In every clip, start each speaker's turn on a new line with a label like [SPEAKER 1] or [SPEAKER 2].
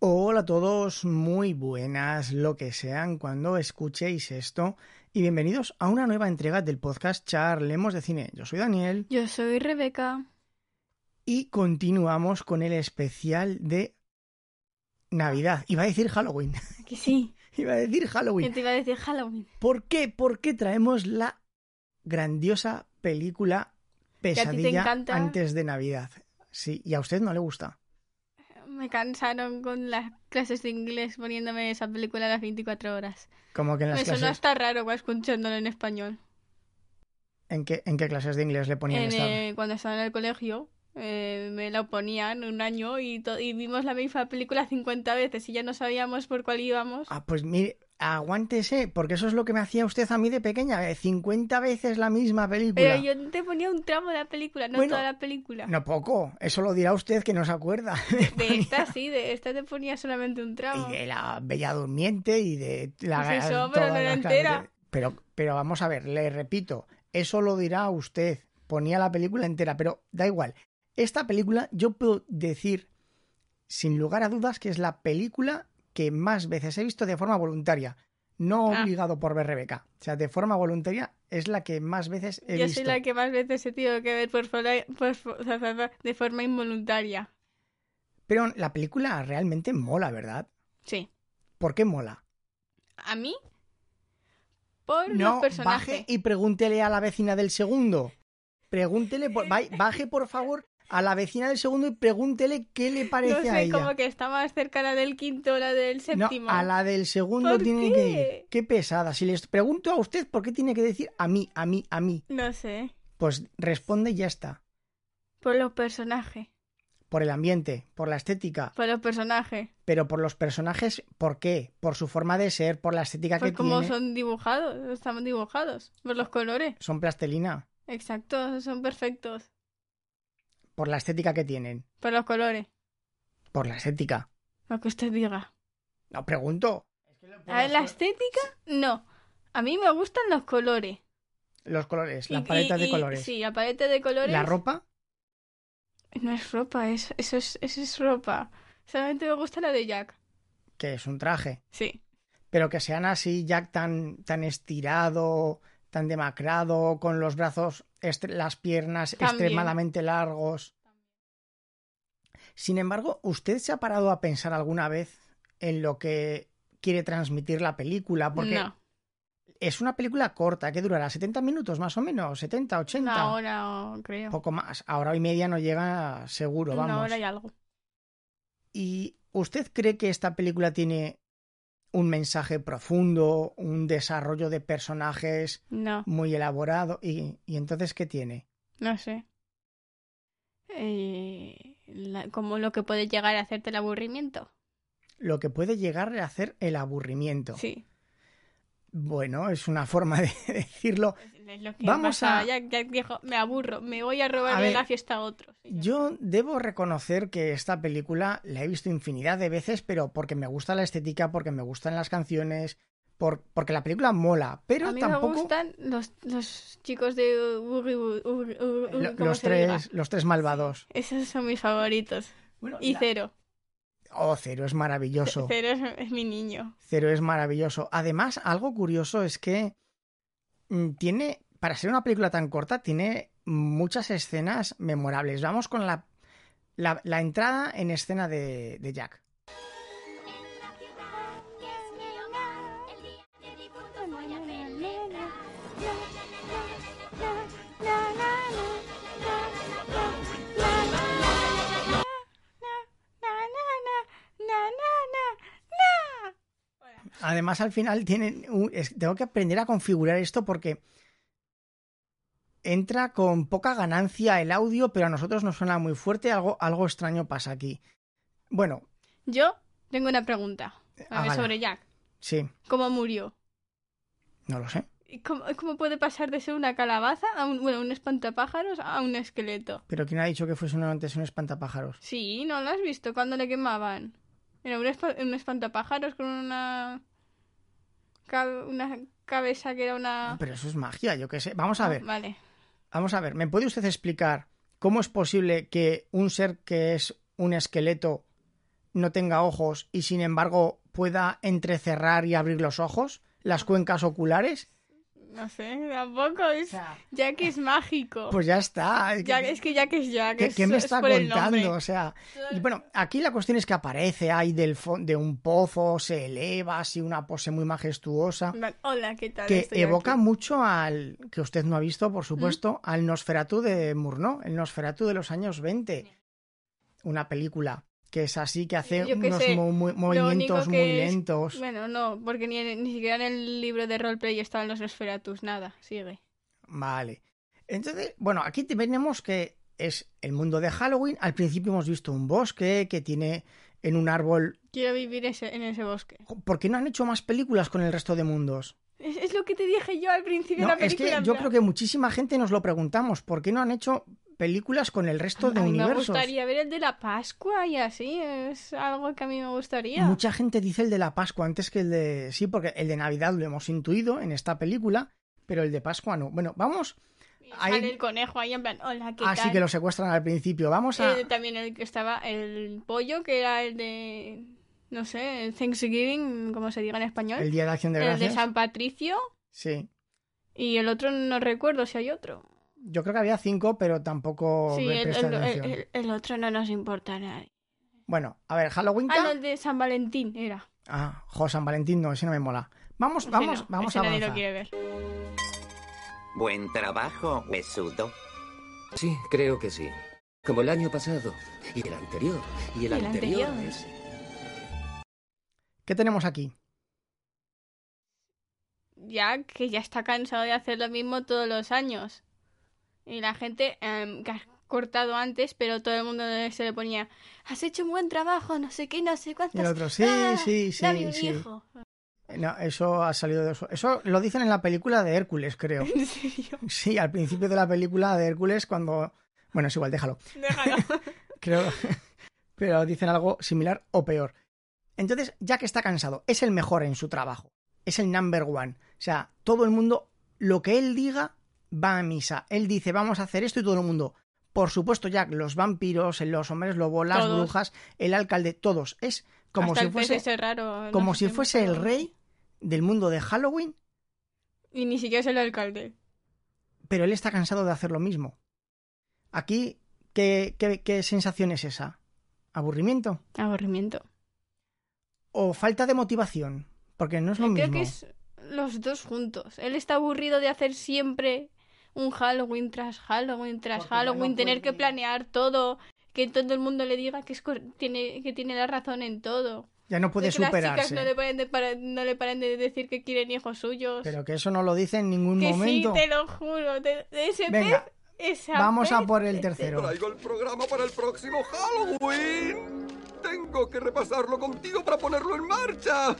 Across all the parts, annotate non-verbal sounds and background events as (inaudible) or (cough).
[SPEAKER 1] Hola a todos, muy buenas, lo que sean cuando escuchéis esto y bienvenidos a una nueva entrega del podcast Charlemos de Cine. Yo soy Daniel
[SPEAKER 2] Yo soy Rebeca.
[SPEAKER 1] y continuamos con el especial de Navidad. Iba a decir Halloween, (laughs)
[SPEAKER 2] Que sí.
[SPEAKER 1] iba a decir
[SPEAKER 2] Que
[SPEAKER 1] Halloween.
[SPEAKER 2] te iba a decir Halloween.
[SPEAKER 1] ¿Por qué? ¿Por qué traemos la grandiosa película
[SPEAKER 2] a ti te
[SPEAKER 1] Pesadilla
[SPEAKER 2] encanta.
[SPEAKER 1] antes de Navidad? Sí, y a usted no le gusta.
[SPEAKER 2] Me cansaron con las clases de inglés poniéndome esa película a las 24 horas.
[SPEAKER 1] Como que en las
[SPEAKER 2] Me sonó
[SPEAKER 1] clases...
[SPEAKER 2] hasta raro escuchándolo en español.
[SPEAKER 1] ¿En qué, en qué clases de inglés le ponían
[SPEAKER 2] En,
[SPEAKER 1] esta?
[SPEAKER 2] eh, cuando estaba en el colegio eh, me la ponían un año y, to- y vimos la misma película 50 veces y ya no sabíamos por cuál íbamos.
[SPEAKER 1] Ah, pues mire, aguántese, porque eso es lo que me hacía usted a mí de pequeña, eh, 50 veces la misma película.
[SPEAKER 2] Pero yo te ponía un tramo de la película, no
[SPEAKER 1] Bueno,
[SPEAKER 2] toda la película.
[SPEAKER 1] No poco, eso lo dirá usted que no se acuerda. (laughs)
[SPEAKER 2] De esta sí, de esta te ponía solamente un tramo.
[SPEAKER 1] Y de la Bella Durmiente y de la
[SPEAKER 2] Pues eso, pero
[SPEAKER 1] todas
[SPEAKER 2] no era
[SPEAKER 1] las-
[SPEAKER 2] entera.
[SPEAKER 1] Pero, pero vamos a ver, le repito, eso lo dirá usted. Ponía la película entera, pero da igual. Esta película yo puedo decir, sin lugar a dudas, que es la película que más veces he visto de forma voluntaria. No
[SPEAKER 2] Ah.
[SPEAKER 1] obligado por ver Rebeca. O sea, de forma voluntaria es la que más veces he
[SPEAKER 2] Yo
[SPEAKER 1] visto.
[SPEAKER 2] soy la que más veces he tenido que ver por forma, por fo- (laughs) de forma involuntaria.
[SPEAKER 1] Pero la película realmente mola, ¿verdad?
[SPEAKER 2] Sí.
[SPEAKER 1] ¿Por qué mola?
[SPEAKER 2] ¿A mí? Por los
[SPEAKER 1] No,
[SPEAKER 2] personajes.
[SPEAKER 1] baje y pregúntele a la vecina del segundo. Pregúntele, por, vai- baje por favor a la vecina del segundo y pregúntele qué le parece
[SPEAKER 2] no
[SPEAKER 1] a
[SPEAKER 2] sé,
[SPEAKER 1] ella.
[SPEAKER 2] como que está más cerca la del quinto o la del
[SPEAKER 1] No,
[SPEAKER 2] séptimo.
[SPEAKER 1] a la del segundo
[SPEAKER 2] ¿Por
[SPEAKER 1] tiene que ir.
[SPEAKER 2] qué?
[SPEAKER 1] Qué pesada. Si les pregunto a usted por qué tiene que decir a mí, a mí, a mí,
[SPEAKER 2] No sé.
[SPEAKER 1] pues responde y ya está.
[SPEAKER 2] Por los personajes.
[SPEAKER 1] Por el ambiente, por la estética,
[SPEAKER 2] Por los personajes.
[SPEAKER 1] pero por los personajes, ¿por qué? Por su forma de ser, por la estética
[SPEAKER 2] Por
[SPEAKER 1] que
[SPEAKER 2] cómo
[SPEAKER 1] tiene.
[SPEAKER 2] son dibujados. Están dibujados. Por los colores.
[SPEAKER 1] Son plastelina,
[SPEAKER 2] Exacto, son perfectos.
[SPEAKER 1] por la estética que tienen,
[SPEAKER 2] Por los colores.
[SPEAKER 1] por la estética.
[SPEAKER 2] Lo que usted diga.
[SPEAKER 1] No pregunto.
[SPEAKER 2] A ver, Ah, la estética, no. A mí me gustan los colores.
[SPEAKER 1] Los colores,
[SPEAKER 2] Y-
[SPEAKER 1] las
[SPEAKER 2] y-
[SPEAKER 1] paletas de
[SPEAKER 2] y-
[SPEAKER 1] colores.
[SPEAKER 2] Sí, la paleta de colores.
[SPEAKER 1] ¿La ropa?
[SPEAKER 2] No es ropa, es- eso, es, eso es ropa. Solamente me gusta la de Jack.
[SPEAKER 1] Que es un traje.
[SPEAKER 2] Sí.
[SPEAKER 1] Pero que sean así, Jack tan, tan estirado, tan demacrado, con los brazos, estre- las piernas
[SPEAKER 2] También.
[SPEAKER 1] extremadamente largos. Sin embargo, ¿usted se ha parado a pensar alguna vez en lo que quiere transmitir la película? Porque
[SPEAKER 2] No,
[SPEAKER 1] es una película corta, que durará 70 minutos más o menos, 70, 80,
[SPEAKER 2] una hora o- creo.
[SPEAKER 1] poco más. Ahora y media no llega seguro, vamos.
[SPEAKER 2] Una hora y algo.
[SPEAKER 1] ¿Y usted cree que esta película tiene un mensaje profundo, un desarrollo de personajes
[SPEAKER 2] No,
[SPEAKER 1] muy elaborado? ¿Y, y entonces qué tiene?
[SPEAKER 2] no sé. Eh, la- como lo que puede llegar a hacerte el aburrimiento.
[SPEAKER 1] Lo que puede llegar a hacer el aburrimiento.
[SPEAKER 2] Sí.
[SPEAKER 1] Bueno, es una forma de (laughs) decirlo.
[SPEAKER 2] Pues Es lo que
[SPEAKER 1] Vamos
[SPEAKER 2] pasa.
[SPEAKER 1] a-
[SPEAKER 2] Jack, Jack dijo, me aburro, me voy a robar
[SPEAKER 1] ver,
[SPEAKER 2] la fiesta a otros. Y ya.
[SPEAKER 1] Yo debo reconocer que esta película la he visto infinidad de veces, pero porque me gusta la estética, porque me gustan las canciones, por- porque la película mola, pero
[SPEAKER 2] a mí me
[SPEAKER 1] tampoco
[SPEAKER 2] gustan los, los chicos de Ugri- Ugri- Ugri- Ugri-
[SPEAKER 1] lo-
[SPEAKER 2] ¿cómo
[SPEAKER 1] los
[SPEAKER 2] se diga?
[SPEAKER 1] tres, los tres malvados.
[SPEAKER 2] Esos son mis favoritos. Y Cero.
[SPEAKER 1] Oh, cero, es maravilloso.
[SPEAKER 2] Cero es, es mi niño.
[SPEAKER 1] Cero es maravilloso. Además, algo curioso es que mm, tiene, para ser una película tan corta, tiene muchas escenas memorables. Vamos con la, la, la entrada en escena de, de Jack.
[SPEAKER 3] En la ciudad que es mi hogar, el día de difuntos voy a celebrar. La, la, la, la, la, la, la, la, la, la, la, la.
[SPEAKER 2] Na, na, na, na, na, na, na.
[SPEAKER 1] Además, al final tienen. un- es- tengo que aprender a configurar esto porque entra con poca ganancia el audio, pero a nosotros nos suena muy fuerte. Algo, algo extraño pasa aquí. Bueno,
[SPEAKER 2] Yo tengo una pregunta a ver,
[SPEAKER 1] Hágala.
[SPEAKER 2] sobre Jack.
[SPEAKER 1] sí,
[SPEAKER 2] ¿Cómo murió?
[SPEAKER 1] no lo sé.
[SPEAKER 2] ¿Y ¿Cómo, cómo puede pasar de ser una calabaza a un, bueno, un espantapájaros a un esqueleto?
[SPEAKER 1] Pero ¿quién ha dicho que fuese una- antes un espantapájaros?
[SPEAKER 2] Sí, ¿no lo has visto cuando le quemaban? Era un, espa- un espantapájaros con una... ca- una cabeza que era una...
[SPEAKER 1] Pero eso es magia, yo qué sé. Vamos a ver,
[SPEAKER 2] Ah, vale.
[SPEAKER 1] vamos a ver. ¿Me puede usted explicar cómo es posible que un ser que es un esqueleto no tenga ojos y sin embargo pueda entrecerrar y abrir los ojos, las cuencas oculares,
[SPEAKER 2] No sé, tampoco es. Jack es mágico.
[SPEAKER 1] pues ya está.
[SPEAKER 2] Jack, es que Jack es Jack.
[SPEAKER 1] ¿Qué,
[SPEAKER 2] es-
[SPEAKER 1] qué me
[SPEAKER 2] es
[SPEAKER 1] está
[SPEAKER 2] por el
[SPEAKER 1] contando? O
[SPEAKER 2] nombre.
[SPEAKER 1] sea, y bueno, aquí la cuestión es que aparece ahí del fon- de un pozo, se eleva así una pose muy majestuosa
[SPEAKER 2] Vale, Hola, ¿qué tal?
[SPEAKER 1] que
[SPEAKER 2] Estoy
[SPEAKER 1] evoca
[SPEAKER 2] aquí.
[SPEAKER 1] mucho al que usted no ha visto, por supuesto, al Nosferatu de Murnau, el Nosferatu de los años 20. Una película que es así que hace
[SPEAKER 2] Yo qué
[SPEAKER 1] unos
[SPEAKER 2] sé,
[SPEAKER 1] mo- mu-
[SPEAKER 2] único
[SPEAKER 1] movimientos
[SPEAKER 2] que
[SPEAKER 1] muy
[SPEAKER 2] es-
[SPEAKER 1] lentos.
[SPEAKER 2] Bueno, no, porque ni, en- ni siquiera en el libro de roleplay estaban los Nosferatus. Nada, sigue.
[SPEAKER 1] Vale. Entonces, bueno, aquí tenemos que es el mundo de Halloween. Al principio hemos visto un bosque que tiene en un árbol.
[SPEAKER 2] Quiero vivir ese, en ese bosque.
[SPEAKER 1] ¿Por qué no han hecho más películas con el resto de mundos?
[SPEAKER 2] Es, es lo que te dije yo al principio
[SPEAKER 1] No,
[SPEAKER 2] de la
[SPEAKER 1] es
[SPEAKER 2] película.
[SPEAKER 1] que yo creo que muchísima gente nos lo preguntamos. ¿Por qué no han hecho películas con el resto de
[SPEAKER 2] a mí me
[SPEAKER 1] universos?
[SPEAKER 2] gustaría ver el de la Pascua y así. Es algo que a mí me gustaría.
[SPEAKER 1] Mucha gente dice el de la Pascua antes que el de. Sí, porque el de Navidad lo hemos intuido en esta película, pero el de Pascua no. Bueno, vamos.
[SPEAKER 2] Y
[SPEAKER 1] ahí-
[SPEAKER 2] sale el conejo ahí en plan, hola, ¿qué
[SPEAKER 1] Así
[SPEAKER 2] tal?
[SPEAKER 1] que lo secuestran al principio. Vamos a.
[SPEAKER 2] Eh, también el que estaba el pollo, que era el de, no sé, el Thanksgiving, como se diga en español.
[SPEAKER 1] El día de acción de
[SPEAKER 2] El de
[SPEAKER 1] gracias.
[SPEAKER 2] San Patricio.
[SPEAKER 1] Sí.
[SPEAKER 2] Y el otro no recuerdo si hay otro.
[SPEAKER 1] Yo creo que había cinco, pero tampoco
[SPEAKER 2] sí,
[SPEAKER 1] me
[SPEAKER 2] el,
[SPEAKER 1] presta
[SPEAKER 2] el-
[SPEAKER 1] atención.
[SPEAKER 2] el- el otro no nos importa a nadie.
[SPEAKER 1] Bueno, a ver, Halloween.
[SPEAKER 2] Ah,
[SPEAKER 1] Town-
[SPEAKER 2] no, el de San Valentín era.
[SPEAKER 1] Ah, jo, San Valentín, no, ese no me mola. Vamos,
[SPEAKER 2] Ese
[SPEAKER 1] vamos,
[SPEAKER 2] no,
[SPEAKER 1] vamos
[SPEAKER 2] ese
[SPEAKER 1] a
[SPEAKER 2] nadie
[SPEAKER 1] avanzar.
[SPEAKER 2] lo quiere ver.
[SPEAKER 4] Buen trabajo, huesudo.
[SPEAKER 5] Sí, creo que sí. Como el año pasado, y el anterior, y el,
[SPEAKER 2] Y el
[SPEAKER 5] anterior.
[SPEAKER 2] anterior.
[SPEAKER 5] ese.
[SPEAKER 1] ¿Qué tenemos aquí?
[SPEAKER 2] Ya que ya está cansado de hacer lo mismo todos los años. Y la gente em, que has cortado antes, pero todo el mundo se le ponía, has hecho un buen trabajo, no sé qué, no sé
[SPEAKER 1] Y el
[SPEAKER 2] cuántas.
[SPEAKER 1] otro, sí,
[SPEAKER 2] Ah,
[SPEAKER 1] sí, sí,
[SPEAKER 2] dame un
[SPEAKER 1] sí.
[SPEAKER 2] hijo.
[SPEAKER 1] No, eso ha salido de eso. Eso lo dicen en la película de Hércules, creo.
[SPEAKER 2] ¿En serio?
[SPEAKER 1] Sí, al principio de la película de Hércules, cuando. Bueno, es igual, déjalo.
[SPEAKER 2] Déjalo.
[SPEAKER 1] Creo. (laughs) Pero dicen algo similar o peor. Entonces, Jack está cansado. Es el mejor en su trabajo. Es el number one. O sea, todo el mundo, lo que él diga, va a misa. Él dice, vamos a hacer esto y todo el mundo. Por supuesto, Jack, los vampiros, los hombres lobo, las
[SPEAKER 2] Todos.
[SPEAKER 1] brujas, el alcalde, todos. Es como
[SPEAKER 2] Hasta
[SPEAKER 1] si
[SPEAKER 2] el pez
[SPEAKER 1] fuese,
[SPEAKER 2] ese raro, no
[SPEAKER 1] como
[SPEAKER 2] sé
[SPEAKER 1] si
[SPEAKER 2] qué me
[SPEAKER 1] fuese el
[SPEAKER 2] acuerdo.
[SPEAKER 1] rey del mundo de Halloween,
[SPEAKER 2] Y ni siquiera es el alcalde.
[SPEAKER 1] pero él está cansado de hacer lo mismo. Aquí, ¿qué, qué, qué sensación es esa? ¿Aburrimiento?
[SPEAKER 2] Aburrimiento.
[SPEAKER 1] o falta de motivación, porque no es lo
[SPEAKER 2] Creo
[SPEAKER 1] mismo.
[SPEAKER 2] que es los dos juntos. Él está aburrido de hacer siempre un Halloween tras Halloween tras
[SPEAKER 1] Porque ya
[SPEAKER 2] Halloween,
[SPEAKER 1] no
[SPEAKER 2] tener que
[SPEAKER 1] puede.
[SPEAKER 2] planear todo, que todo el mundo le diga que, es cor- tiene, que tiene la razón en todo.
[SPEAKER 1] Ya no puede
[SPEAKER 2] De que Las chicas
[SPEAKER 1] superarse.
[SPEAKER 2] no le, paren de, para- no le paren de decir que quieren hijos suyos.
[SPEAKER 1] Pero que eso no lo dice en ningún
[SPEAKER 2] que
[SPEAKER 1] momento.
[SPEAKER 2] sí, te lo juro. te- ese
[SPEAKER 1] Venga,
[SPEAKER 2] pez, esa
[SPEAKER 1] Vamos a
[SPEAKER 2] pez,
[SPEAKER 1] por el
[SPEAKER 2] ese-
[SPEAKER 1] tercero.
[SPEAKER 6] Traigo el programa para el próximo Halloween. Tengo que repasarlo contigo para ponerlo en marcha.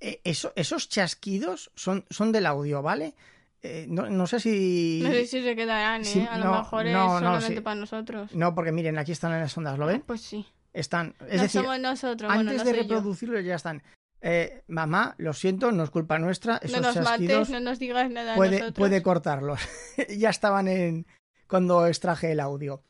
[SPEAKER 1] Eh, eso- esos chasquidos son, son del audio, ¿vale? Eh, no, no sé si...
[SPEAKER 2] No sé si se quedarán, ¿eh?
[SPEAKER 1] Sí,
[SPEAKER 2] a
[SPEAKER 1] no,
[SPEAKER 2] lo mejor
[SPEAKER 1] no, no,
[SPEAKER 2] es solamente
[SPEAKER 1] sí.
[SPEAKER 2] para nosotros.
[SPEAKER 1] No, porque miren, aquí están en las ondas, ¿lo ven?
[SPEAKER 2] Pues sí.
[SPEAKER 1] Están... Es
[SPEAKER 2] no
[SPEAKER 1] decir,
[SPEAKER 2] somos nosotros.
[SPEAKER 1] antes
[SPEAKER 2] bueno, no
[SPEAKER 1] de
[SPEAKER 2] soy yo.
[SPEAKER 1] reproducirlo ya están. Eh, mamá, lo siento, no es culpa nuestra. Esos
[SPEAKER 2] No nos
[SPEAKER 1] chasquidos
[SPEAKER 2] mates, no nos digas nada a
[SPEAKER 1] puede,
[SPEAKER 2] nosotros.
[SPEAKER 1] puede cortarlos. (laughs) ya estaban en cuando extraje el audio.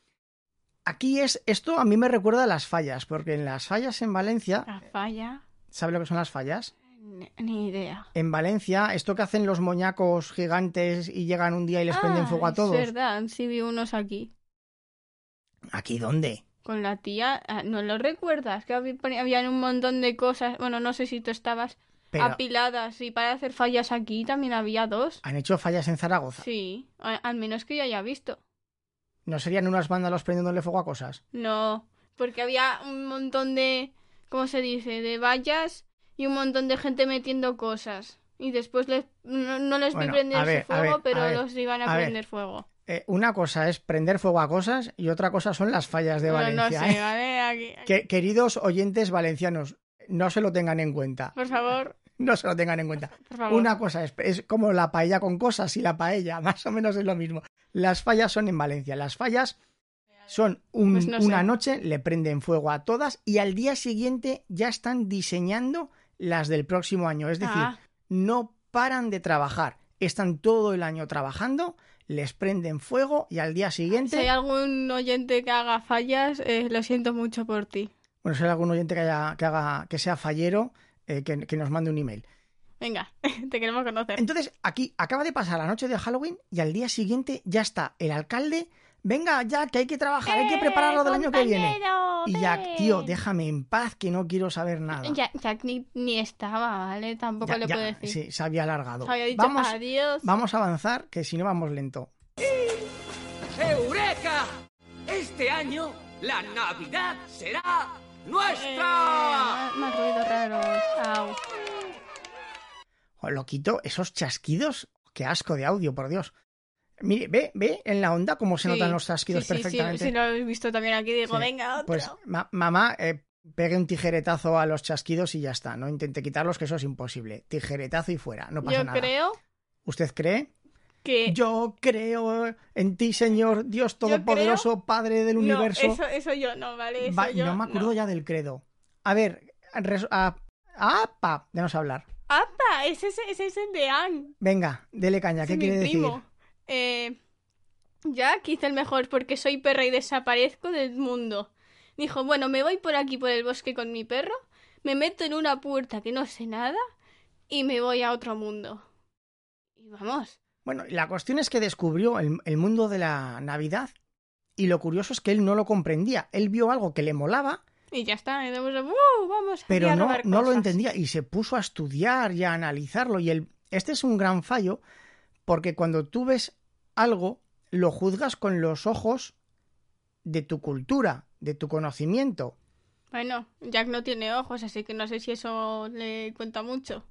[SPEAKER 1] Aquí es esto a mí me recuerda a las fallas, porque en las fallas en Valencia,
[SPEAKER 2] La Ah, falla,
[SPEAKER 1] ¿sabe lo que son las fallas?
[SPEAKER 2] ni ni idea.
[SPEAKER 1] En Valencia, esto que hacen los moñacos gigantes y llegan un día y les prenden
[SPEAKER 2] Ah,
[SPEAKER 1] fuego a todos.
[SPEAKER 2] Es verdad, sí vi unos aquí.
[SPEAKER 1] ¿Aquí dónde?
[SPEAKER 2] Con la tía, ah, ¿no lo recuerdas? Que había- pon- habían un montón de cosas, bueno, no sé si tú estabas
[SPEAKER 1] Pero
[SPEAKER 2] apiladas y para hacer fallas aquí también había dos.
[SPEAKER 1] han hecho fallas en Zaragoza.
[SPEAKER 2] Sí, a- al menos que yo haya visto.
[SPEAKER 1] ¿No serían unas vándalos prendiéndole fuego a cosas?
[SPEAKER 2] No, porque había un montón de, ¿cómo se dice? De vallas y un montón de gente metiendo cosas. Y después les, no, no les
[SPEAKER 1] Bueno, a
[SPEAKER 2] vi prender
[SPEAKER 1] ver, a
[SPEAKER 2] fuego,
[SPEAKER 1] ver, a
[SPEAKER 2] pero
[SPEAKER 1] ver,
[SPEAKER 2] los iban a,
[SPEAKER 1] a ver.
[SPEAKER 2] prender fuego.
[SPEAKER 1] Eh, una cosa es prender fuego a cosas y otra cosa son las fallas de
[SPEAKER 2] Bueno,
[SPEAKER 1] Valencia.
[SPEAKER 2] no
[SPEAKER 1] ¿eh?
[SPEAKER 2] sé, ¿vale? Aquí- aquí-
[SPEAKER 1] Que- queridos oyentes valencianos, no se lo tengan en cuenta.
[SPEAKER 2] Por favor,
[SPEAKER 1] No se lo tengan en cuenta.
[SPEAKER 2] por favor.
[SPEAKER 1] Una cosa es, es como la paella con cosas y la paella, (laughs) más o menos es lo mismo. Las fallas son en Valencia. Las fallas son un-
[SPEAKER 2] Pues no sé.
[SPEAKER 1] una noche, le prenden fuego a todas y al día siguiente ya están diseñando las del próximo año. Es decir,
[SPEAKER 2] Ah,
[SPEAKER 1] no paran de trabajar. Están todo el año trabajando, les prenden fuego y al día siguiente...
[SPEAKER 2] Si hay algún oyente que haga fallas, eh, lo siento mucho por ti.
[SPEAKER 1] Bueno, si hay algún oyente que, haya- que haga, que sea fallero, eh, que, que nos mande un email.
[SPEAKER 2] Venga, (laughs) te queremos conocer.
[SPEAKER 1] Entonces, aquí acaba de pasar la noche de Halloween y al día siguiente ya está el alcalde. Venga, ya que hay que trabajar, hay que
[SPEAKER 2] Eh,
[SPEAKER 1] preparar lo del año que viene. Y Jack, tío, déjame en paz que no quiero saber nada.
[SPEAKER 2] Jack, Jack ni, ni estaba, ¿vale? Tampoco
[SPEAKER 1] Ya-
[SPEAKER 2] le
[SPEAKER 1] ya,
[SPEAKER 2] puedo decir.
[SPEAKER 1] Sí, se había alargado.
[SPEAKER 2] Había dicho
[SPEAKER 1] vamos,
[SPEAKER 2] adiós.
[SPEAKER 1] vamos a avanzar, que si no vamos lento.
[SPEAKER 5] ¡Eureka! Este año la Navidad será nuestra.
[SPEAKER 2] Eh, más ruidos raros. Au.
[SPEAKER 1] Joder, lo quito, esos chasquidos, qué asco de audio, por Dios. Mire, ve, ve en la onda cómo se
[SPEAKER 2] Sí,
[SPEAKER 1] notan los chasquidos
[SPEAKER 2] sí, sí, sí,
[SPEAKER 1] perfectamente.
[SPEAKER 2] Sí, lo habéis visto también aquí, digo,
[SPEAKER 1] Sí,
[SPEAKER 2] venga, otro.
[SPEAKER 1] Pues ma- mamá, eh, pegue un tijeretazo a los chasquidos y ya está. No intente quitarlos, que eso es imposible. Tijeretazo y fuera, no pasa
[SPEAKER 2] Yo
[SPEAKER 1] nada.
[SPEAKER 2] creo
[SPEAKER 1] ¿Usted cree?
[SPEAKER 2] que.
[SPEAKER 1] Yo creo en ti, Señor, Dios
[SPEAKER 2] creo-
[SPEAKER 1] Todopoderoso, Padre del
[SPEAKER 2] no,
[SPEAKER 1] Universo.
[SPEAKER 2] eso, eso yo no, ¿vale? Eso
[SPEAKER 1] Va-
[SPEAKER 2] yo
[SPEAKER 1] no me acuerdo ya del credo. A ver, res- a- apa, denos hablar.
[SPEAKER 2] ¡Apa! Ese es ese es el de Anne.
[SPEAKER 1] Venga, dele caña, ¿qué
[SPEAKER 2] Ese es
[SPEAKER 1] quiere
[SPEAKER 2] mi
[SPEAKER 1] decir?
[SPEAKER 2] primo. Eh, Jack hizo el mejor porque soy perra y desaparezco del mundo. Dijo, bueno, me voy por aquí, por el bosque con mi perro, me meto en una puerta que no sé nada y me voy a otro mundo. Y vamos.
[SPEAKER 1] Bueno, la cuestión es que descubrió el, el mundo de la Navidad y lo curioso es que él no lo comprendía. Él vio algo que le molaba,
[SPEAKER 2] Y ya está, entonces, ¡uh! vamos aquí
[SPEAKER 1] pero
[SPEAKER 2] a
[SPEAKER 1] no,
[SPEAKER 2] robar
[SPEAKER 1] no lo
[SPEAKER 2] cosas.
[SPEAKER 1] entendía y se puso a estudiar y a analizarlo. Y el, este es un gran fallo porque cuando tú ves algo, lo juzgas con los ojos de tu cultura, de tu conocimiento.
[SPEAKER 2] Bueno, Jack no tiene ojos, así que no sé si eso le cuenta mucho.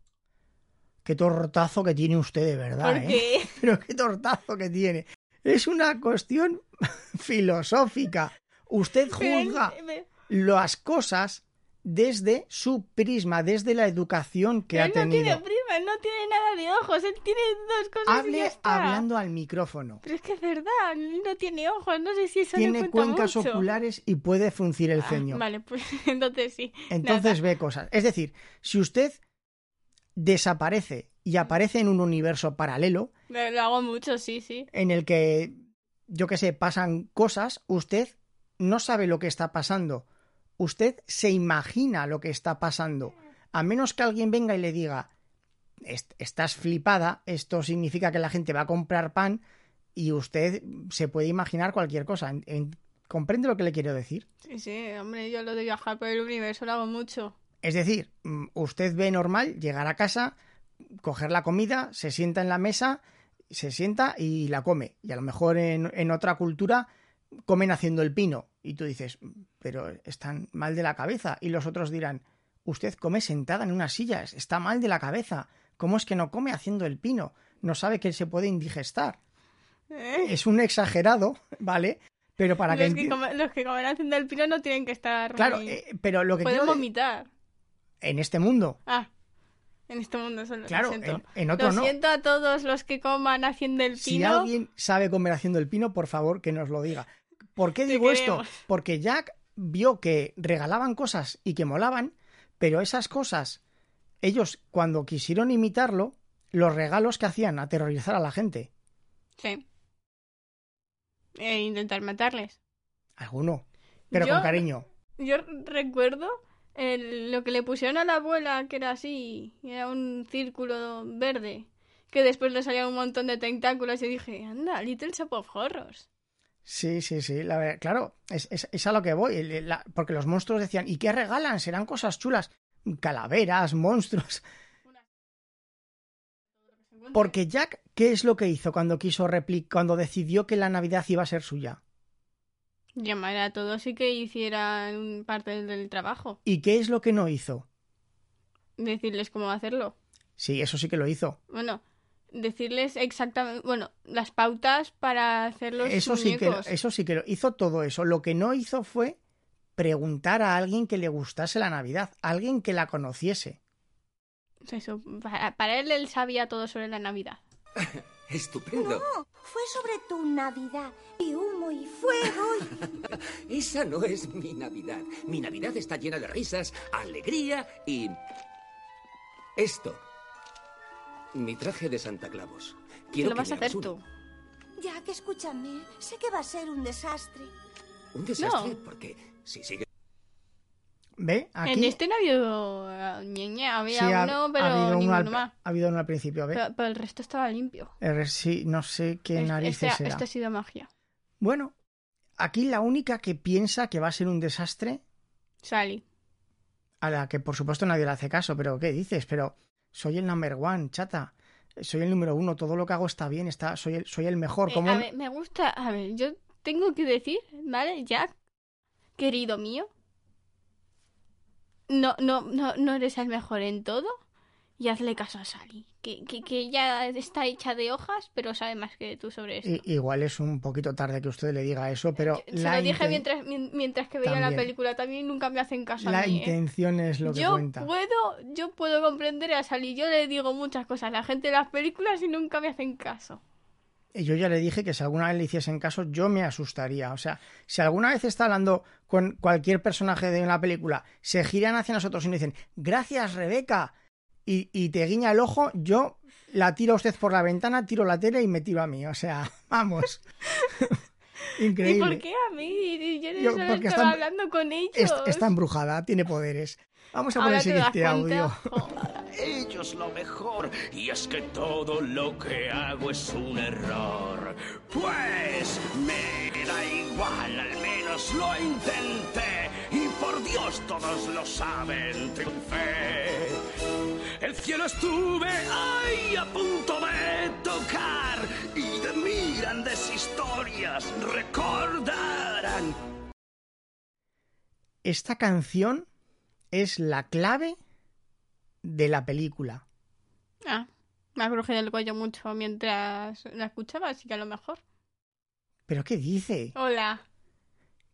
[SPEAKER 1] Qué tortazo que tiene usted de verdad, ¿eh?
[SPEAKER 2] porque
[SPEAKER 1] (laughs) Pero qué tortazo que tiene. Es una cuestión (laughs) filosófica. Usted (laughs) juzga
[SPEAKER 2] Pero él-
[SPEAKER 1] las cosas desde su prisma, desde la educación que
[SPEAKER 2] pero
[SPEAKER 1] ha
[SPEAKER 2] él no tiene
[SPEAKER 1] tenido.
[SPEAKER 2] prima, él no tiene nada de ojos, él tiene dos cosas y ya
[SPEAKER 1] Hable
[SPEAKER 2] está.
[SPEAKER 1] hablando al micrófono.
[SPEAKER 2] Pero es que es verdad, él no tiene ojos, no sé si eso le
[SPEAKER 1] Tiene
[SPEAKER 2] cuenta
[SPEAKER 1] cuencas
[SPEAKER 2] mucho.
[SPEAKER 1] oculares y puede fruncir el
[SPEAKER 2] Ah,
[SPEAKER 1] ceño.
[SPEAKER 2] vale, pues (laughs) entonces sí.
[SPEAKER 1] Entonces ve cosas. Es decir, si usted desaparece y aparece en un universo paralelo
[SPEAKER 2] Nada, Lo hago mucho, sí, sí.
[SPEAKER 1] en el que, yo qué sé, pasan cosas, usted no sabe lo que está pasando. Usted se imagina lo que está pasando. A menos que alguien venga y le diga, "Est- estás flipada, esto significa que la gente va a comprar pan y usted se puede imaginar cualquier cosa. En- en- ¿Comprende lo que le quiero decir?
[SPEAKER 2] Sí, sí, hombre, yo lo de viajar por el universo lo hago mucho.
[SPEAKER 1] Es decir, mm, usted ve normal llegar a casa, coger la comida, se sienta en la mesa, se sienta y la come. Y a lo mejor en, en otra cultura comen haciendo el pino. Y tú dices, "Mm, pero están mal de la cabeza. Y los otros dirán, usted come sentada en unas sillas, está mal de la cabeza. ¿Cómo es que no come haciendo el pino? No sabe que se puede indigestar.
[SPEAKER 2] ¿Eh?
[SPEAKER 1] Es un exagerado, (laughs) ¿vale? Pero
[SPEAKER 2] (laughs)
[SPEAKER 1] para que...
[SPEAKER 2] los, que
[SPEAKER 1] enti-
[SPEAKER 2] comen, los que comen haciendo el pino no tienen que estar...
[SPEAKER 1] Claro,
[SPEAKER 2] muy-
[SPEAKER 1] eh, pero lo que...
[SPEAKER 2] Pueden
[SPEAKER 1] quiero de-
[SPEAKER 2] vomitar.
[SPEAKER 1] En este mundo.
[SPEAKER 2] Ah, en este mundo solo.
[SPEAKER 1] Claro,
[SPEAKER 2] lo siento.
[SPEAKER 1] en, en otro
[SPEAKER 2] lo
[SPEAKER 1] no.
[SPEAKER 2] siento a todos los que coman haciendo el pino.
[SPEAKER 1] Si alguien sabe comer haciendo el pino, por favor que nos lo diga. ¿Por qué digo esto?
[SPEAKER 2] queremos.
[SPEAKER 1] Porque Jack vio que regalaban cosas y que molaban, pero esas cosas, ellos cuando quisieron imitarlo, los regalos que hacían aterrorizar a la gente.
[SPEAKER 2] Sí. E intentar matarles.
[SPEAKER 1] Alguno, pero con
[SPEAKER 2] Yo-
[SPEAKER 1] cariño.
[SPEAKER 2] Yo recuerdo el- lo que le pusieron a la abuela, que era así, era un círculo verde, que después le salían un montón de tentáculos y dije, anda, Little Shop of Horrors.
[SPEAKER 1] Sí, sí, sí. la verdad- claro, es, es- es a lo que voy. el- el- la- porque los monstruos decían, ¿y qué regalan? Serán cosas chulas. Calaveras,
[SPEAKER 2] (laughs)
[SPEAKER 1] monstruos. Porque Jack, ¿qué es lo que hizo cuando quiso repli- cuando decidió que la Navidad iba a ser suya?
[SPEAKER 2] Llamar a todos y que hicieran un parte del trabajo,
[SPEAKER 1] ¿Y qué es lo que no hizo?
[SPEAKER 2] decirles cómo hacerlo.
[SPEAKER 1] Sí, eso sí que lo hizo.
[SPEAKER 2] Bueno, decirles exactamente, bueno, las pautas para hacer los
[SPEAKER 1] Eso sí, que, lo-
[SPEAKER 2] muñecos.
[SPEAKER 1] eso sí que lo hizo todo eso. Lo que no hizo fue preguntar a alguien que le gustase la Navidad, alguien que la conociese.
[SPEAKER 2] Eso, para, para él él sabía todo sobre la Navidad.
[SPEAKER 5] Estupendo.
[SPEAKER 3] Fue sobre tu Navidad y humo y fuego y...
[SPEAKER 5] (laughs) Esa no es mi Navidad. Mi Navidad está llena de risas, alegría y... Esto. Mi traje de Santa Claus. Quiero
[SPEAKER 2] lo
[SPEAKER 5] que
[SPEAKER 2] vas
[SPEAKER 5] me
[SPEAKER 2] a hacer
[SPEAKER 5] hagas uno.
[SPEAKER 2] tú.
[SPEAKER 7] Jack, escúchame. Sé que va a ser un desastre.
[SPEAKER 5] Un desastre, porque si sigue
[SPEAKER 1] ¿Ve? Aquí
[SPEAKER 2] En este no ha habido eh, ñeña, había
[SPEAKER 1] sí ha-
[SPEAKER 2] uno,
[SPEAKER 1] ha
[SPEAKER 2] pero
[SPEAKER 1] habido ¿Eh? uno
[SPEAKER 2] ninguno
[SPEAKER 1] al,
[SPEAKER 2] más.
[SPEAKER 1] ha habido uno al principio, ¿ve?
[SPEAKER 2] Pero, pero el resto estaba limpio.
[SPEAKER 1] Eh, re- sí, no sé qué
[SPEAKER 2] Es-
[SPEAKER 1] narices
[SPEAKER 2] este,
[SPEAKER 1] era.
[SPEAKER 2] este ha sido magia.
[SPEAKER 1] Bueno, aquí la única que piensa que va a ser un desastre,
[SPEAKER 2] Sally.
[SPEAKER 1] a la que por supuesto nadie le hace caso, pero ¿qué dices? Pero soy el number one, chata. Soy el número uno, todo lo que hago está bien, está, soy el, soy el mejor.
[SPEAKER 2] Eh,
[SPEAKER 1] ¿Cómo
[SPEAKER 2] a
[SPEAKER 1] no-
[SPEAKER 2] ver, me gusta. A ver, yo tengo que decir, ¿vale? Jack, querido mío. No, no, no, no eres el mejor en todo. Y hazle caso a Sally. Que, que, que ella está hecha de hojas, pero sabe más que tú sobre esto.
[SPEAKER 1] I- Igual es un poquito tarde que usted le diga eso, pero
[SPEAKER 2] Eh, Se
[SPEAKER 1] Mm, la,
[SPEAKER 2] lo dije
[SPEAKER 1] inten-
[SPEAKER 2] mientras, mien- mientras que veía la
[SPEAKER 1] También.
[SPEAKER 2] película también nunca me hacen caso a
[SPEAKER 1] la
[SPEAKER 2] mí. ¿eh?
[SPEAKER 1] intención es lo que
[SPEAKER 2] yo
[SPEAKER 1] cuenta.
[SPEAKER 2] puedo, yo puedo comprender a Sally. Yo le digo muchas cosas a la gente de las películas y nunca me hacen caso.
[SPEAKER 1] Y yo ya le dije que si alguna vez le hiciesen caso, yo me asustaría. O sea, si alguna vez está hablando con cualquier personaje de una película, se giran hacia nosotros y nos dicen, gracias Rebeca, y, y te guiña el ojo, yo la tiro a usted por la ventana, tiro la tele y me tiro a mí. O sea, (laughs)
[SPEAKER 2] (laughs)
[SPEAKER 1] vamos. Increíble.
[SPEAKER 2] ¿Y por qué a mí? Yo, no
[SPEAKER 1] Yo-
[SPEAKER 2] solo
[SPEAKER 1] porque
[SPEAKER 2] estaba
[SPEAKER 1] están-
[SPEAKER 2] hablando con ellos.
[SPEAKER 1] Es- está embrujada, tiene poderes. Vamos a poner
[SPEAKER 2] Ahora
[SPEAKER 1] el
[SPEAKER 2] te das
[SPEAKER 1] siguiente
[SPEAKER 2] cuenta.
[SPEAKER 1] este audio.
[SPEAKER 2] Jo,
[SPEAKER 8] ellos lo mejor. Y es que todo lo que hago es un error. Pues me da igual, al menos lo intenté. Y por Dios todos lo saben, triunfé. El cielo estuve ahí a punto de tocar. Y de mí grandes historias recordarán.
[SPEAKER 1] Esta canción es la clave de la película.
[SPEAKER 2] Ah, me ha crujido el cuello mucho mientras la escuchaba, así que a lo mejor.
[SPEAKER 1] ¿Pero qué dice?
[SPEAKER 2] Hola.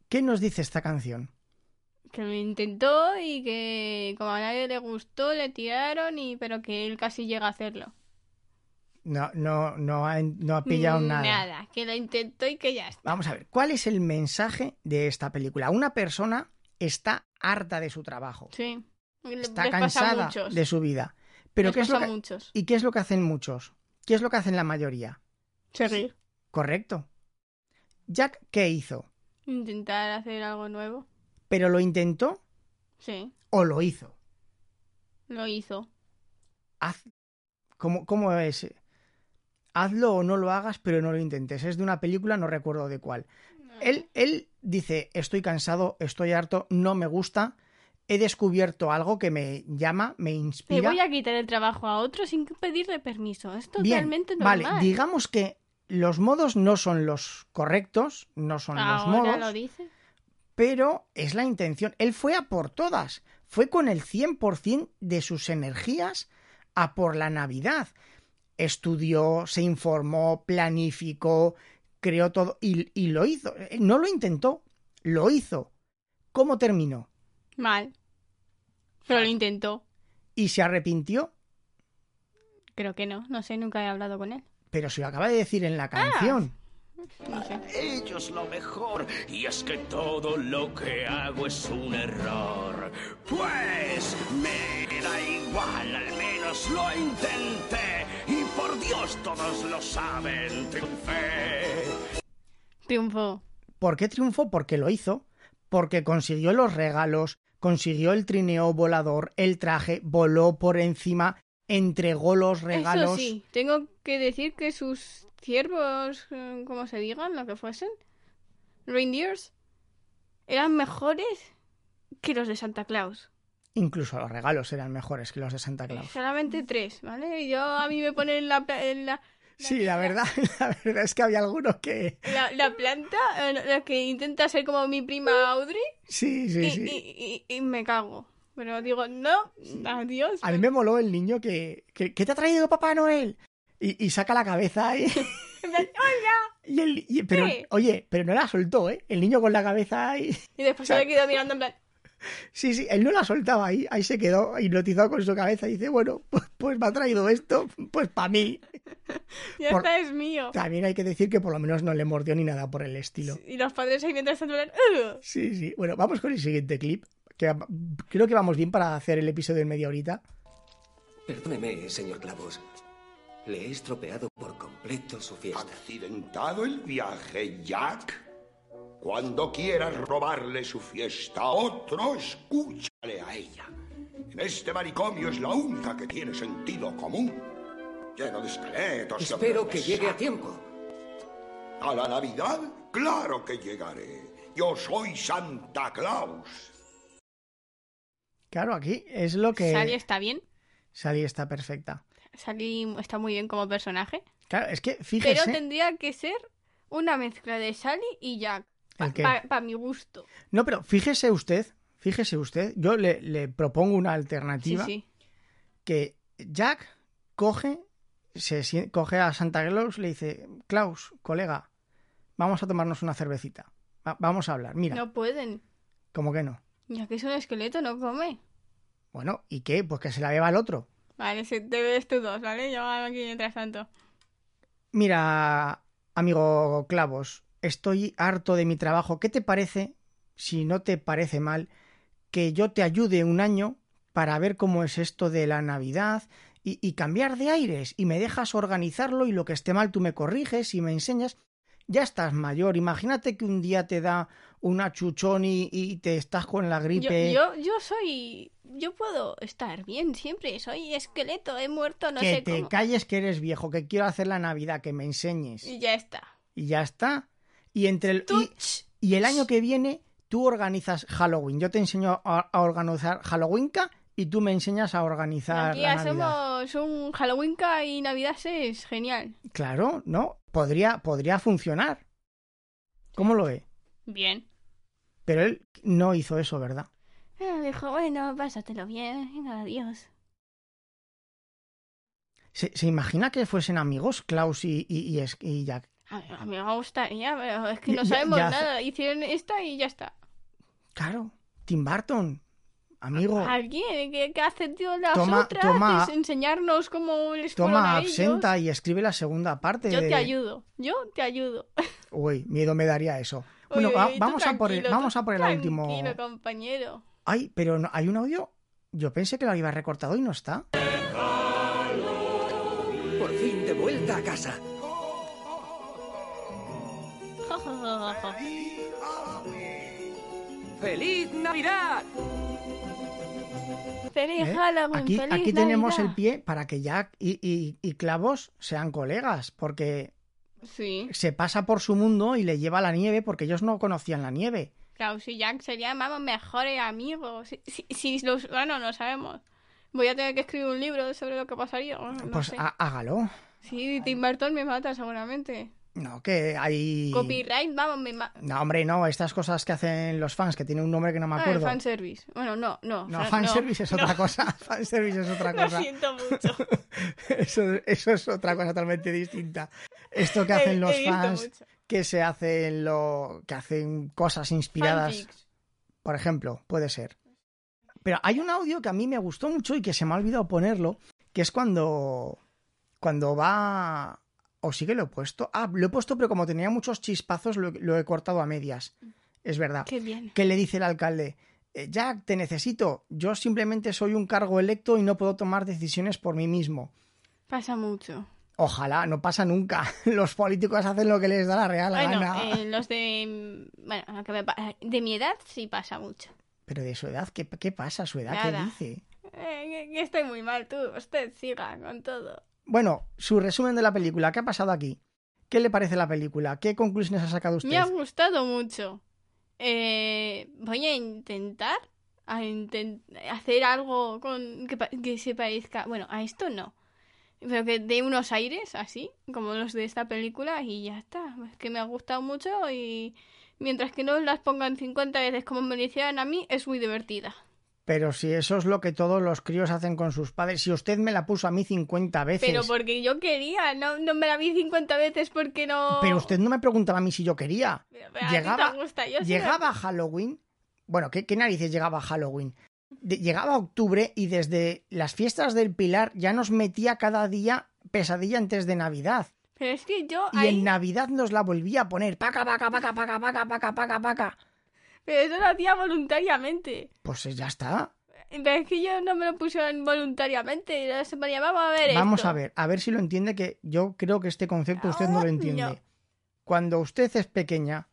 [SPEAKER 1] ¿Qué nos dice esta canción?
[SPEAKER 2] Que lo intentó y que como a nadie le gustó, le tiraron y pero que él casi llega a hacerlo.
[SPEAKER 1] No, no, no ha, no ha pillado
[SPEAKER 2] Mm,
[SPEAKER 1] nada.
[SPEAKER 2] Nada, que lo intentó y que ya está.
[SPEAKER 1] Vamos a ver, ¿cuál es el mensaje de esta película? Una persona está harta de su trabajo,
[SPEAKER 2] Sí. Y le-
[SPEAKER 1] está
[SPEAKER 2] les pasa a
[SPEAKER 1] cansada
[SPEAKER 2] muchos.
[SPEAKER 1] de su vida. Pero
[SPEAKER 2] Les
[SPEAKER 1] ¿qué es lo
[SPEAKER 2] pasa a
[SPEAKER 1] que-
[SPEAKER 2] muchos.
[SPEAKER 1] ¿Y qué es lo que hacen muchos? ¿Qué es lo que hacen la mayoría?
[SPEAKER 2] Seguir.
[SPEAKER 1] Correcto. Jack, ¿qué hizo?
[SPEAKER 2] Intentar hacer algo nuevo.
[SPEAKER 1] ¿Pero lo intentó
[SPEAKER 2] Sí,
[SPEAKER 1] o lo hizo?
[SPEAKER 2] lo hizo.
[SPEAKER 1] Haz... ¿Cómo, cómo es? Hazlo o no lo hagas, pero no lo intentes. Es de una película, no recuerdo de cuál. Él, él dice, estoy cansado, estoy harto, no me gusta, he descubierto algo que me llama, me
[SPEAKER 2] Le
[SPEAKER 1] inspira.
[SPEAKER 2] voy a quitar el trabajo a otro sin pedirle permiso. Es
[SPEAKER 1] Bien,
[SPEAKER 2] totalmente normal.
[SPEAKER 1] vale, digamos que los modos no son los correctos, no son los
[SPEAKER 2] Ahora
[SPEAKER 1] modos,
[SPEAKER 2] lo dice.
[SPEAKER 1] pero es la intención. Él fue a por todas, fue con el 100% de sus energías a por la Navidad. Estudió, se informó, planificó, creó todo y, y lo hizo. Eh, No lo intentó, lo hizo. ¿Cómo terminó?
[SPEAKER 2] Mal. Pero lo intentó.
[SPEAKER 1] y se arrepintió,
[SPEAKER 2] Creo que no. No sé, nunca he hablado con él.
[SPEAKER 1] pero se lo acaba de decir
[SPEAKER 2] Ah.
[SPEAKER 1] en la canción.
[SPEAKER 2] No sé.
[SPEAKER 8] ellos lo mejor. Y es que todo lo que hago es un error. Pues me da igual, al menos lo intenté. Y por Dios todos lo saben, triunfé.
[SPEAKER 2] Triunfó.
[SPEAKER 1] ¿Por qué triunfó? Porque lo hizo, porque consiguió los regalos, consiguió el trineo volador, el traje, voló por encima, entregó los regalos.
[SPEAKER 2] Eso sí, tengo que decir que sus ciervos, eh, como se digan, lo que fuesen, reindeers, eran mejores que los de Santa Claus.
[SPEAKER 1] Incluso los regalos eran mejores que los de Santa Claus.
[SPEAKER 2] Solamente tres, ¿vale? Y Yo a mí me ponen la, pla- en la,
[SPEAKER 1] Sí, la verdad, (laughs) la verdad es que había algunos que.
[SPEAKER 2] la, la planta, eh, la que intenta ser como mi prima Audrey,
[SPEAKER 1] Sí,
[SPEAKER 2] y,
[SPEAKER 1] sí, sí.
[SPEAKER 2] y- y- y me cago. Pero digo, no, adiós.
[SPEAKER 1] A mí me moló el niño que. que- ¿Qué te ha traído Papá Noel? Y, y saca la cabeza y. (laughs)
[SPEAKER 2] En plan, "Hola".
[SPEAKER 1] y el- y- pero,
[SPEAKER 2] Sí.
[SPEAKER 1] oye, pero no la soltó, ¿eh? El niño con la cabeza ahí. (laughs)
[SPEAKER 2] Y después se me quedo mirando en plan,
[SPEAKER 1] Sí, sí, él no la soltaba ahí, ahí se quedó hipnotizado con su cabeza y dice, bueno, pues, pues me ha traído esto, pues para
[SPEAKER 2] (laughs)
[SPEAKER 1] mí.
[SPEAKER 2] ya
[SPEAKER 1] Por-
[SPEAKER 2] está, es mío.
[SPEAKER 1] También hay que decir que por lo menos no le mordió ni nada por el estilo.
[SPEAKER 2] Y los padres ahí mientras tanto en plan, "Ugh".
[SPEAKER 1] Sí, sí. Bueno, vamos con el siguiente clip, que va- creo que vamos bien para hacer el episodio en media horita.
[SPEAKER 5] Perdóneme, señor Clavos. Le he estropeado por completo. completo su fiesta.
[SPEAKER 9] Accidentado el viaje, Jack. Cuando quieras robarle su fiesta a otro, escúchale a ella. En este manicomio es la única que tiene sentido común. Lleno de esqueletos. y
[SPEAKER 5] Espero que
[SPEAKER 9] hombres
[SPEAKER 5] llegue a tiempo.
[SPEAKER 9] ¿A la Navidad? Claro que llegaré. Yo soy Santa Claus.
[SPEAKER 1] Claro, aquí es lo que...
[SPEAKER 2] Sally está bien.
[SPEAKER 1] Sally está perfecta.
[SPEAKER 2] Sally está muy bien como personaje.
[SPEAKER 1] Claro, es que
[SPEAKER 2] Pero
[SPEAKER 1] fíjese...
[SPEAKER 2] tendría que ser una mezcla de Sally y Jack.
[SPEAKER 1] ¿El
[SPEAKER 2] Para
[SPEAKER 1] qué?
[SPEAKER 2] mi gusto.
[SPEAKER 1] No, pero fíjese usted, fíjese usted, yo le, le propongo una
[SPEAKER 2] Sí,
[SPEAKER 1] alternativa
[SPEAKER 2] sí.
[SPEAKER 1] que Jack coge, se sien- coge a Santa Claus, le dice, Klaus, colega, vamos a tomarnos una cervecita. Va- vamos a hablar. Mira,
[SPEAKER 2] No pueden.
[SPEAKER 1] como que no.
[SPEAKER 2] Ya que es un esqueleto, no come.
[SPEAKER 1] Bueno, ¿y qué? Pues que se la beba al otro.
[SPEAKER 2] Vale, se te ves tú dos, ¿vale? Yo hago aquí mientras tanto.
[SPEAKER 1] Mira, amigo Clavos, estoy harto de mi trabajo. ¿Qué te parece, si no te parece mal, que yo te ayude un año para ver cómo es esto de la Navidad y, y cambiar de aires? Y me dejas organizarlo y lo que esté mal tú me corriges y me enseñas. Ya estás mayor. Imagínate que un día te da una chuchón y, y te estás con la
[SPEAKER 2] Yo,
[SPEAKER 1] gripe.
[SPEAKER 2] yo, yo soy. Yo puedo estar bien siempre. Soy esqueleto, he muerto, no
[SPEAKER 1] que
[SPEAKER 2] sé
[SPEAKER 1] te
[SPEAKER 2] cómo.
[SPEAKER 1] calles que eres viejo, que quiero hacer la Navidad, que me enseñes.
[SPEAKER 2] Y ya está.
[SPEAKER 1] y ya está. Y entre el
[SPEAKER 2] Tú.
[SPEAKER 1] y, y el año que viene tú organizas Halloween. Yo te enseño a, a organizar Halloweenca y tú me enseñas a organizar
[SPEAKER 2] Aquí
[SPEAKER 1] la Navidad.
[SPEAKER 2] hacemos un Halloweenca y Navidad es genial.
[SPEAKER 1] Claro, ¿no? Podría podría funcionar. ¿Cómo lo ve?
[SPEAKER 2] Bien.
[SPEAKER 1] Pero él no hizo eso, ¿verdad?
[SPEAKER 2] Ah, dijo, bueno, pásatelo bien, venga, adiós.
[SPEAKER 1] ¿Se, se imagina que fuesen amigos Klaus y, y, y es- y Jack?
[SPEAKER 2] A mí, a mí me gustaría, pero es que no
[SPEAKER 1] Ya-
[SPEAKER 2] sabemos
[SPEAKER 1] ya hace-
[SPEAKER 2] nada. Hicieron esta y ya está.
[SPEAKER 1] Claro, Tim Burton, amigo.
[SPEAKER 2] Alguien que, que ha sentido las
[SPEAKER 1] Oh. Toma-
[SPEAKER 2] otras,
[SPEAKER 1] toma-
[SPEAKER 2] es enseñarnos cómo les fueron
[SPEAKER 1] Toma
[SPEAKER 2] a ellos.
[SPEAKER 1] absenta y escribe la segunda parte.
[SPEAKER 2] Yo
[SPEAKER 1] de-
[SPEAKER 2] te ayudo, yo te ayudo.
[SPEAKER 1] Uy, miedo me daría eso.
[SPEAKER 2] Uy,
[SPEAKER 1] Bueno,
[SPEAKER 2] uy,
[SPEAKER 1] va-
[SPEAKER 2] uy, tú
[SPEAKER 1] vamos, a por el,
[SPEAKER 2] tranquilo,
[SPEAKER 1] vamos
[SPEAKER 2] tú
[SPEAKER 1] a por el último.
[SPEAKER 2] Tranquilo, compañero.
[SPEAKER 1] Ay, pero no- hay un audio. Yo pensé que lo había recortado y no está.
[SPEAKER 5] Por fin de vuelta a casa.
[SPEAKER 1] ¿Eh?
[SPEAKER 2] Jo, jo, jo, jo, jo.
[SPEAKER 5] ¡Feliz Navidad!
[SPEAKER 2] Feliz
[SPEAKER 1] ¿Eh?
[SPEAKER 2] Halloween,
[SPEAKER 1] Aquí,
[SPEAKER 2] feliz
[SPEAKER 1] aquí tenemos el
[SPEAKER 2] Navidad.
[SPEAKER 1] pie para que Jack y, y- y Clavos sean colegas, porque
[SPEAKER 2] Sí,
[SPEAKER 1] se pasa por su mundo y le lleva la nieve porque ellos no conocían la nieve.
[SPEAKER 2] Klaus y Jack serían, vamos, mejores amigos. Si, si, si los... Bueno, no sabemos. Voy a tener que escribir un libro sobre lo que pasaría. bueno, no
[SPEAKER 1] pues
[SPEAKER 2] sé.
[SPEAKER 1] há- hágalo.
[SPEAKER 2] Sí, Tim Burton me mata seguramente.
[SPEAKER 1] No, que hay...
[SPEAKER 2] Copyright, vamos, me mata.
[SPEAKER 1] No, hombre, no, estas cosas que hacen los fans, que tiene un nombre que no me
[SPEAKER 2] Ah, el
[SPEAKER 1] acuerdo.
[SPEAKER 2] fanservice. Bueno, no, no.
[SPEAKER 1] No,
[SPEAKER 2] fan-
[SPEAKER 1] fanservice es
[SPEAKER 2] no.
[SPEAKER 1] otra cosa. (laughs) Fanservice es otra
[SPEAKER 2] Lo
[SPEAKER 1] cosa.
[SPEAKER 2] siento mucho.
[SPEAKER 1] Eso, eso es otra cosa totalmente distinta. Esto (laughs) que
[SPEAKER 2] He-
[SPEAKER 1] hacen
[SPEAKER 2] (laughs) he
[SPEAKER 1] los
[SPEAKER 2] visto
[SPEAKER 1] fans,
[SPEAKER 2] mucho.
[SPEAKER 1] que se hacen lo que hacen cosas inspiradas,
[SPEAKER 2] Fanfics.
[SPEAKER 1] por ejemplo, puede ser. Pero hay un audio que a mí me gustó mucho y que se me ha olvidado ponerlo, que es cuando cuando va o sí que lo he puesto. Ah, lo he puesto, pero como tenía muchos chispazos lo, lo he cortado a medias. Es verdad.
[SPEAKER 2] Qué bien.
[SPEAKER 1] ¿Qué le dice el alcalde? "Eh, Jack, te necesito. Yo simplemente soy un cargo electo y no puedo tomar decisiones por mí mismo.
[SPEAKER 2] Pasa mucho.
[SPEAKER 1] Ojalá, no pasa nunca. (laughs) Los políticos hacen lo que les da la real
[SPEAKER 2] Bueno,
[SPEAKER 1] gana.
[SPEAKER 2] eh, los de. Bueno, aunque me pa- de mi edad sí pasa mucho.
[SPEAKER 1] Pero de su edad, ¿qué, qué pasa? ¿Su edad
[SPEAKER 2] Nada.
[SPEAKER 1] qué dice?
[SPEAKER 2] Eh, que estoy muy mal, tú. Usted siga con todo.
[SPEAKER 1] Bueno, su resumen de la película, ¿qué ha pasado aquí? ¿Qué le parece la película? ¿Qué conclusiones ha sacado usted?
[SPEAKER 2] Me ha gustado mucho. Eh, voy a intentar a inten- hacer algo con que, pa- que se parezca. Bueno, a esto no. Pero que dé unos aires así, como los de esta película, y ya está. Es que me ha gustado mucho y mientras que no las pongan 50 veces como me lo hicieron a mí, es muy divertida.
[SPEAKER 1] Pero si eso es lo que todos los críos hacen con sus padres, si usted me la puso a mí 50 veces,
[SPEAKER 2] Pero porque yo quería, no, no me la vi 50 veces porque no.
[SPEAKER 1] pero usted no me preguntaba a mí si yo quería.
[SPEAKER 2] Pero- pero a ti te
[SPEAKER 1] llegaba-
[SPEAKER 2] gusta, yo sí me-
[SPEAKER 1] Llegaba Halloween. Bueno, ¿qué, qué narices llegaba Halloween? De- llegaba octubre y desde las fiestas del Pilar ya nos metía cada día pesadilla antes de Navidad.
[SPEAKER 2] Pero es que yo.
[SPEAKER 1] Y
[SPEAKER 2] ahí-
[SPEAKER 1] en Navidad nos la volvía a poner. Paca, paca, paca, paca, paca, paca, paca, paca.
[SPEAKER 2] Pero eso lo hacía voluntariamente.
[SPEAKER 1] Pues eh, ya está.
[SPEAKER 2] Pero es que yo no me lo pusieron voluntariamente. Era la semana, vamos a ver
[SPEAKER 1] Vamos
[SPEAKER 2] esto".
[SPEAKER 1] a ver, a ver si lo entiende, que yo creo que este concepto usted no
[SPEAKER 2] Ah,
[SPEAKER 1] lo entiende.
[SPEAKER 2] no.
[SPEAKER 1] Cuando usted es pequeña,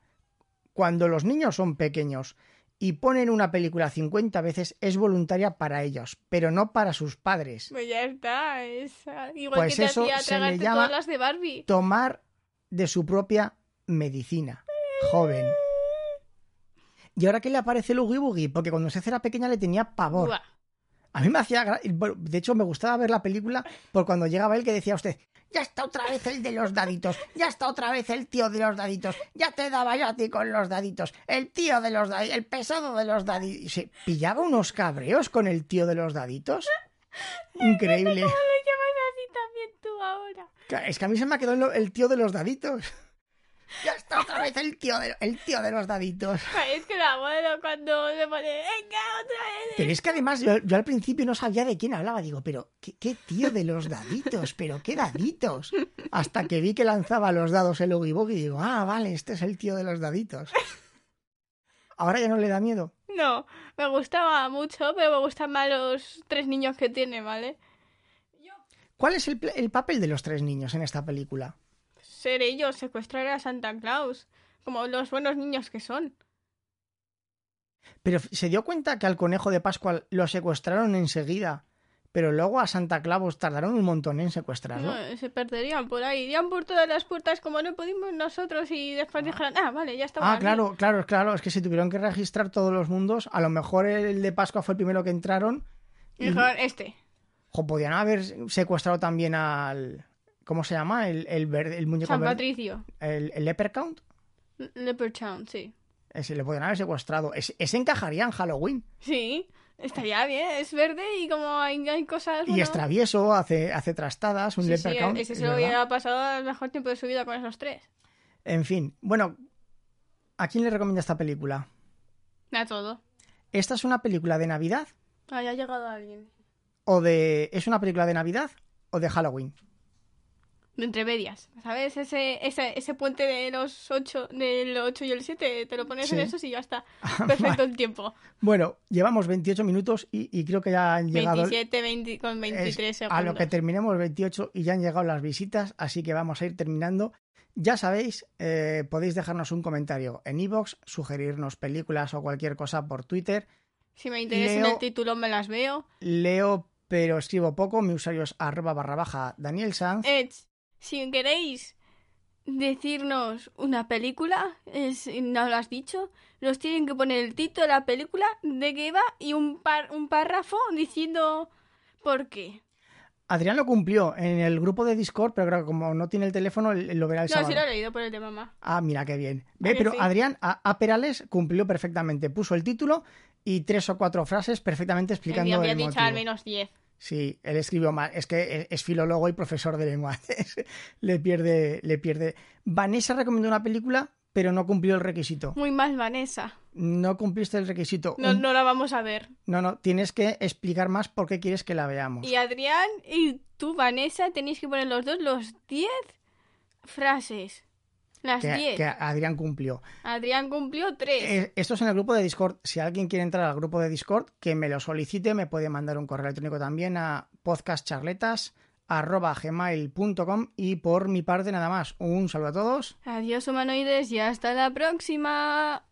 [SPEAKER 1] cuando los niños son pequeños y ponen una película 50 veces, es voluntaria para ellos, pero no para sus padres.
[SPEAKER 2] Pues ya está. Es... Igual
[SPEAKER 1] Pues
[SPEAKER 2] que te
[SPEAKER 1] eso
[SPEAKER 2] hacía
[SPEAKER 1] se le
[SPEAKER 2] tragarte
[SPEAKER 1] llama-
[SPEAKER 2] todas las de Barbie.
[SPEAKER 1] Tomar de su propia medicina, joven. ¿Y ahora qué le aparece el Oogie Boogie? Porque cuando se era pequeña le tenía pavor.
[SPEAKER 2] Buah. (laughs)
[SPEAKER 1] A mí me hacía. gra- bueno, De hecho, me gustaba ver la película por cuando llegaba él que decía usted: Ya está otra vez el de los daditos, ya está otra vez el tío de los daditos, ya te daba yo a ti con los daditos, el tío de los daditos, el pesado de los daditos. Se pillaba unos cabreos con el tío de los daditos. Increíble.
[SPEAKER 2] ¿Cómo lo llamas así también tú ahora?
[SPEAKER 1] Claro, Es que a mí se me ha quedado el- el tío de los daditos. (laughs) Ya está otra vez el tío de, el tío de los daditos.
[SPEAKER 2] Es que el abuelo cuando se pone, venga, otra vez.
[SPEAKER 1] Pero es que además yo, yo al principio no sabía de quién hablaba. Digo, pero ¿qué, qué tío de los daditos, pero qué daditos. Hasta que vi que lanzaba los dados el Oogie Boogie y digo, ah, vale, este es el tío de los daditos. Ahora ya no le da miedo.
[SPEAKER 2] No, me gustaba mucho, pero me gustan más los tres niños que tiene, ¿vale?
[SPEAKER 1] ¿Cuál es el, pl- el papel de los tres niños en esta película?
[SPEAKER 2] Ser ellos, secuestrar a Santa Claus, como los buenos niños que son.
[SPEAKER 1] Pero se dio cuenta que al conejo de Pascua lo secuestraron enseguida, pero luego a Santa Claus tardaron un montón en secuestrarlo.
[SPEAKER 2] No, se perderían por ahí, irían por todas las puertas como no pudimos nosotros y después dijeron, ah, vale, ya estamos
[SPEAKER 1] Ah,
[SPEAKER 2] aquí".
[SPEAKER 1] claro, claro, claro. Es que se tuvieron que registrar todos los mundos. A lo mejor el de Pascua fue el primero que entraron.
[SPEAKER 2] Y
[SPEAKER 1] Mm.
[SPEAKER 2] dijeron, este.
[SPEAKER 1] Jo, podían haber secuestrado también al. ¿Cómo se llama? El, el, verde, el muñeco
[SPEAKER 2] San
[SPEAKER 1] verde.
[SPEAKER 2] Patricio.
[SPEAKER 1] El, el Leprechaun.
[SPEAKER 2] Leprechaun, sí.
[SPEAKER 1] Ese le podían haber secuestrado. Ese, ese encajaría en Halloween.
[SPEAKER 2] Sí, estaría bien, es verde y como hay, hay cosas...
[SPEAKER 1] Y
[SPEAKER 2] bueno,
[SPEAKER 1] es travieso, hace, hace trastadas, un
[SPEAKER 2] sí, sí,
[SPEAKER 1] Leprechaun.
[SPEAKER 2] ese
[SPEAKER 1] es
[SPEAKER 2] se lo
[SPEAKER 1] verdad.
[SPEAKER 2] hubiera pasado al mejor tiempo de su vida con esos tres.
[SPEAKER 1] En fin, bueno, ¿a quién le recomienda esta película?
[SPEAKER 2] A todo.
[SPEAKER 1] ¿Esta es una película de Navidad?
[SPEAKER 2] Ah, ya ha llegado alguien.
[SPEAKER 1] ¿O de. ¿Es una película de Navidad? ¿O de Halloween? (laughs)
[SPEAKER 2] De entre medias, ¿sabes? Ese, ese, ese puente de los 8, del 8 y el 7, te lo pones en
[SPEAKER 1] Sí.
[SPEAKER 2] esos y ya
[SPEAKER 1] (laughs)
[SPEAKER 2] está. Perfecto el tiempo.
[SPEAKER 1] Bueno, llevamos 28 minutos y, y creo que ya han llegado.
[SPEAKER 2] 27, 20, con 23
[SPEAKER 1] Es
[SPEAKER 2] segundos.
[SPEAKER 1] A lo que terminemos 28 y ya han llegado las visitas, así que vamos a ir terminando. Ya sabéis, eh, podéis dejarnos un comentario en iVoox, sugerirnos películas o cualquier cosa por Twitter.
[SPEAKER 2] Si me interesa en
[SPEAKER 1] Leo-
[SPEAKER 2] el título, me las veo.
[SPEAKER 1] Leo, pero escribo poco. Mi usuario es arroba barra baja Daniel Sanz.
[SPEAKER 2] Ech, si queréis decirnos una película, eh, si no lo has dicho, nos tienen que poner el título de la película, de qué va y un, par, un párrafo diciendo por qué.
[SPEAKER 1] Adrián lo cumplió en el grupo de Discord, pero claro, como no tiene el teléfono, él lo verá el
[SPEAKER 2] No,
[SPEAKER 1] sábado.
[SPEAKER 2] si lo he leído por el de mamá.
[SPEAKER 1] Ah, mira qué bien.
[SPEAKER 2] Ah,
[SPEAKER 1] Ve,
[SPEAKER 2] que
[SPEAKER 1] pero
[SPEAKER 2] sí.
[SPEAKER 1] Adrián a, a Perales cumplió perfectamente. Puso el título y tres o cuatro frases perfectamente
[SPEAKER 2] Y
[SPEAKER 1] explicando
[SPEAKER 2] había
[SPEAKER 1] el
[SPEAKER 2] dicho
[SPEAKER 1] motivo.
[SPEAKER 2] al menos 10.
[SPEAKER 1] Sí, él escribió mal. Es que eh, es- es filólogo y profesor de lengua. (laughs) le pierde, le pierde. Vanessa recomendó una película, pero no cumplió el requisito.
[SPEAKER 2] Muy mal, Vanessa.
[SPEAKER 1] No cumpliste el requisito.
[SPEAKER 2] No,
[SPEAKER 1] Un-
[SPEAKER 2] no la vamos a ver.
[SPEAKER 1] no, no, tienes que explicar más por qué quieres que la veamos.
[SPEAKER 2] Y Adrián y tú, Vanessa, tenéis que poner los dos los 10 frases. Las
[SPEAKER 1] Que,
[SPEAKER 2] 10.
[SPEAKER 1] que Adrián cumplió.
[SPEAKER 2] Adrián cumplió 3.
[SPEAKER 1] Eh, Esto es en el grupo de Discord. Si alguien quiere entrar al grupo de Discord, que me lo solicite, me puede mandar un correo electrónico también a podcastcharletas.gmail.com y por mi parte nada más. Un saludo a todos.
[SPEAKER 2] Adiós, humanoides, y hasta la próxima.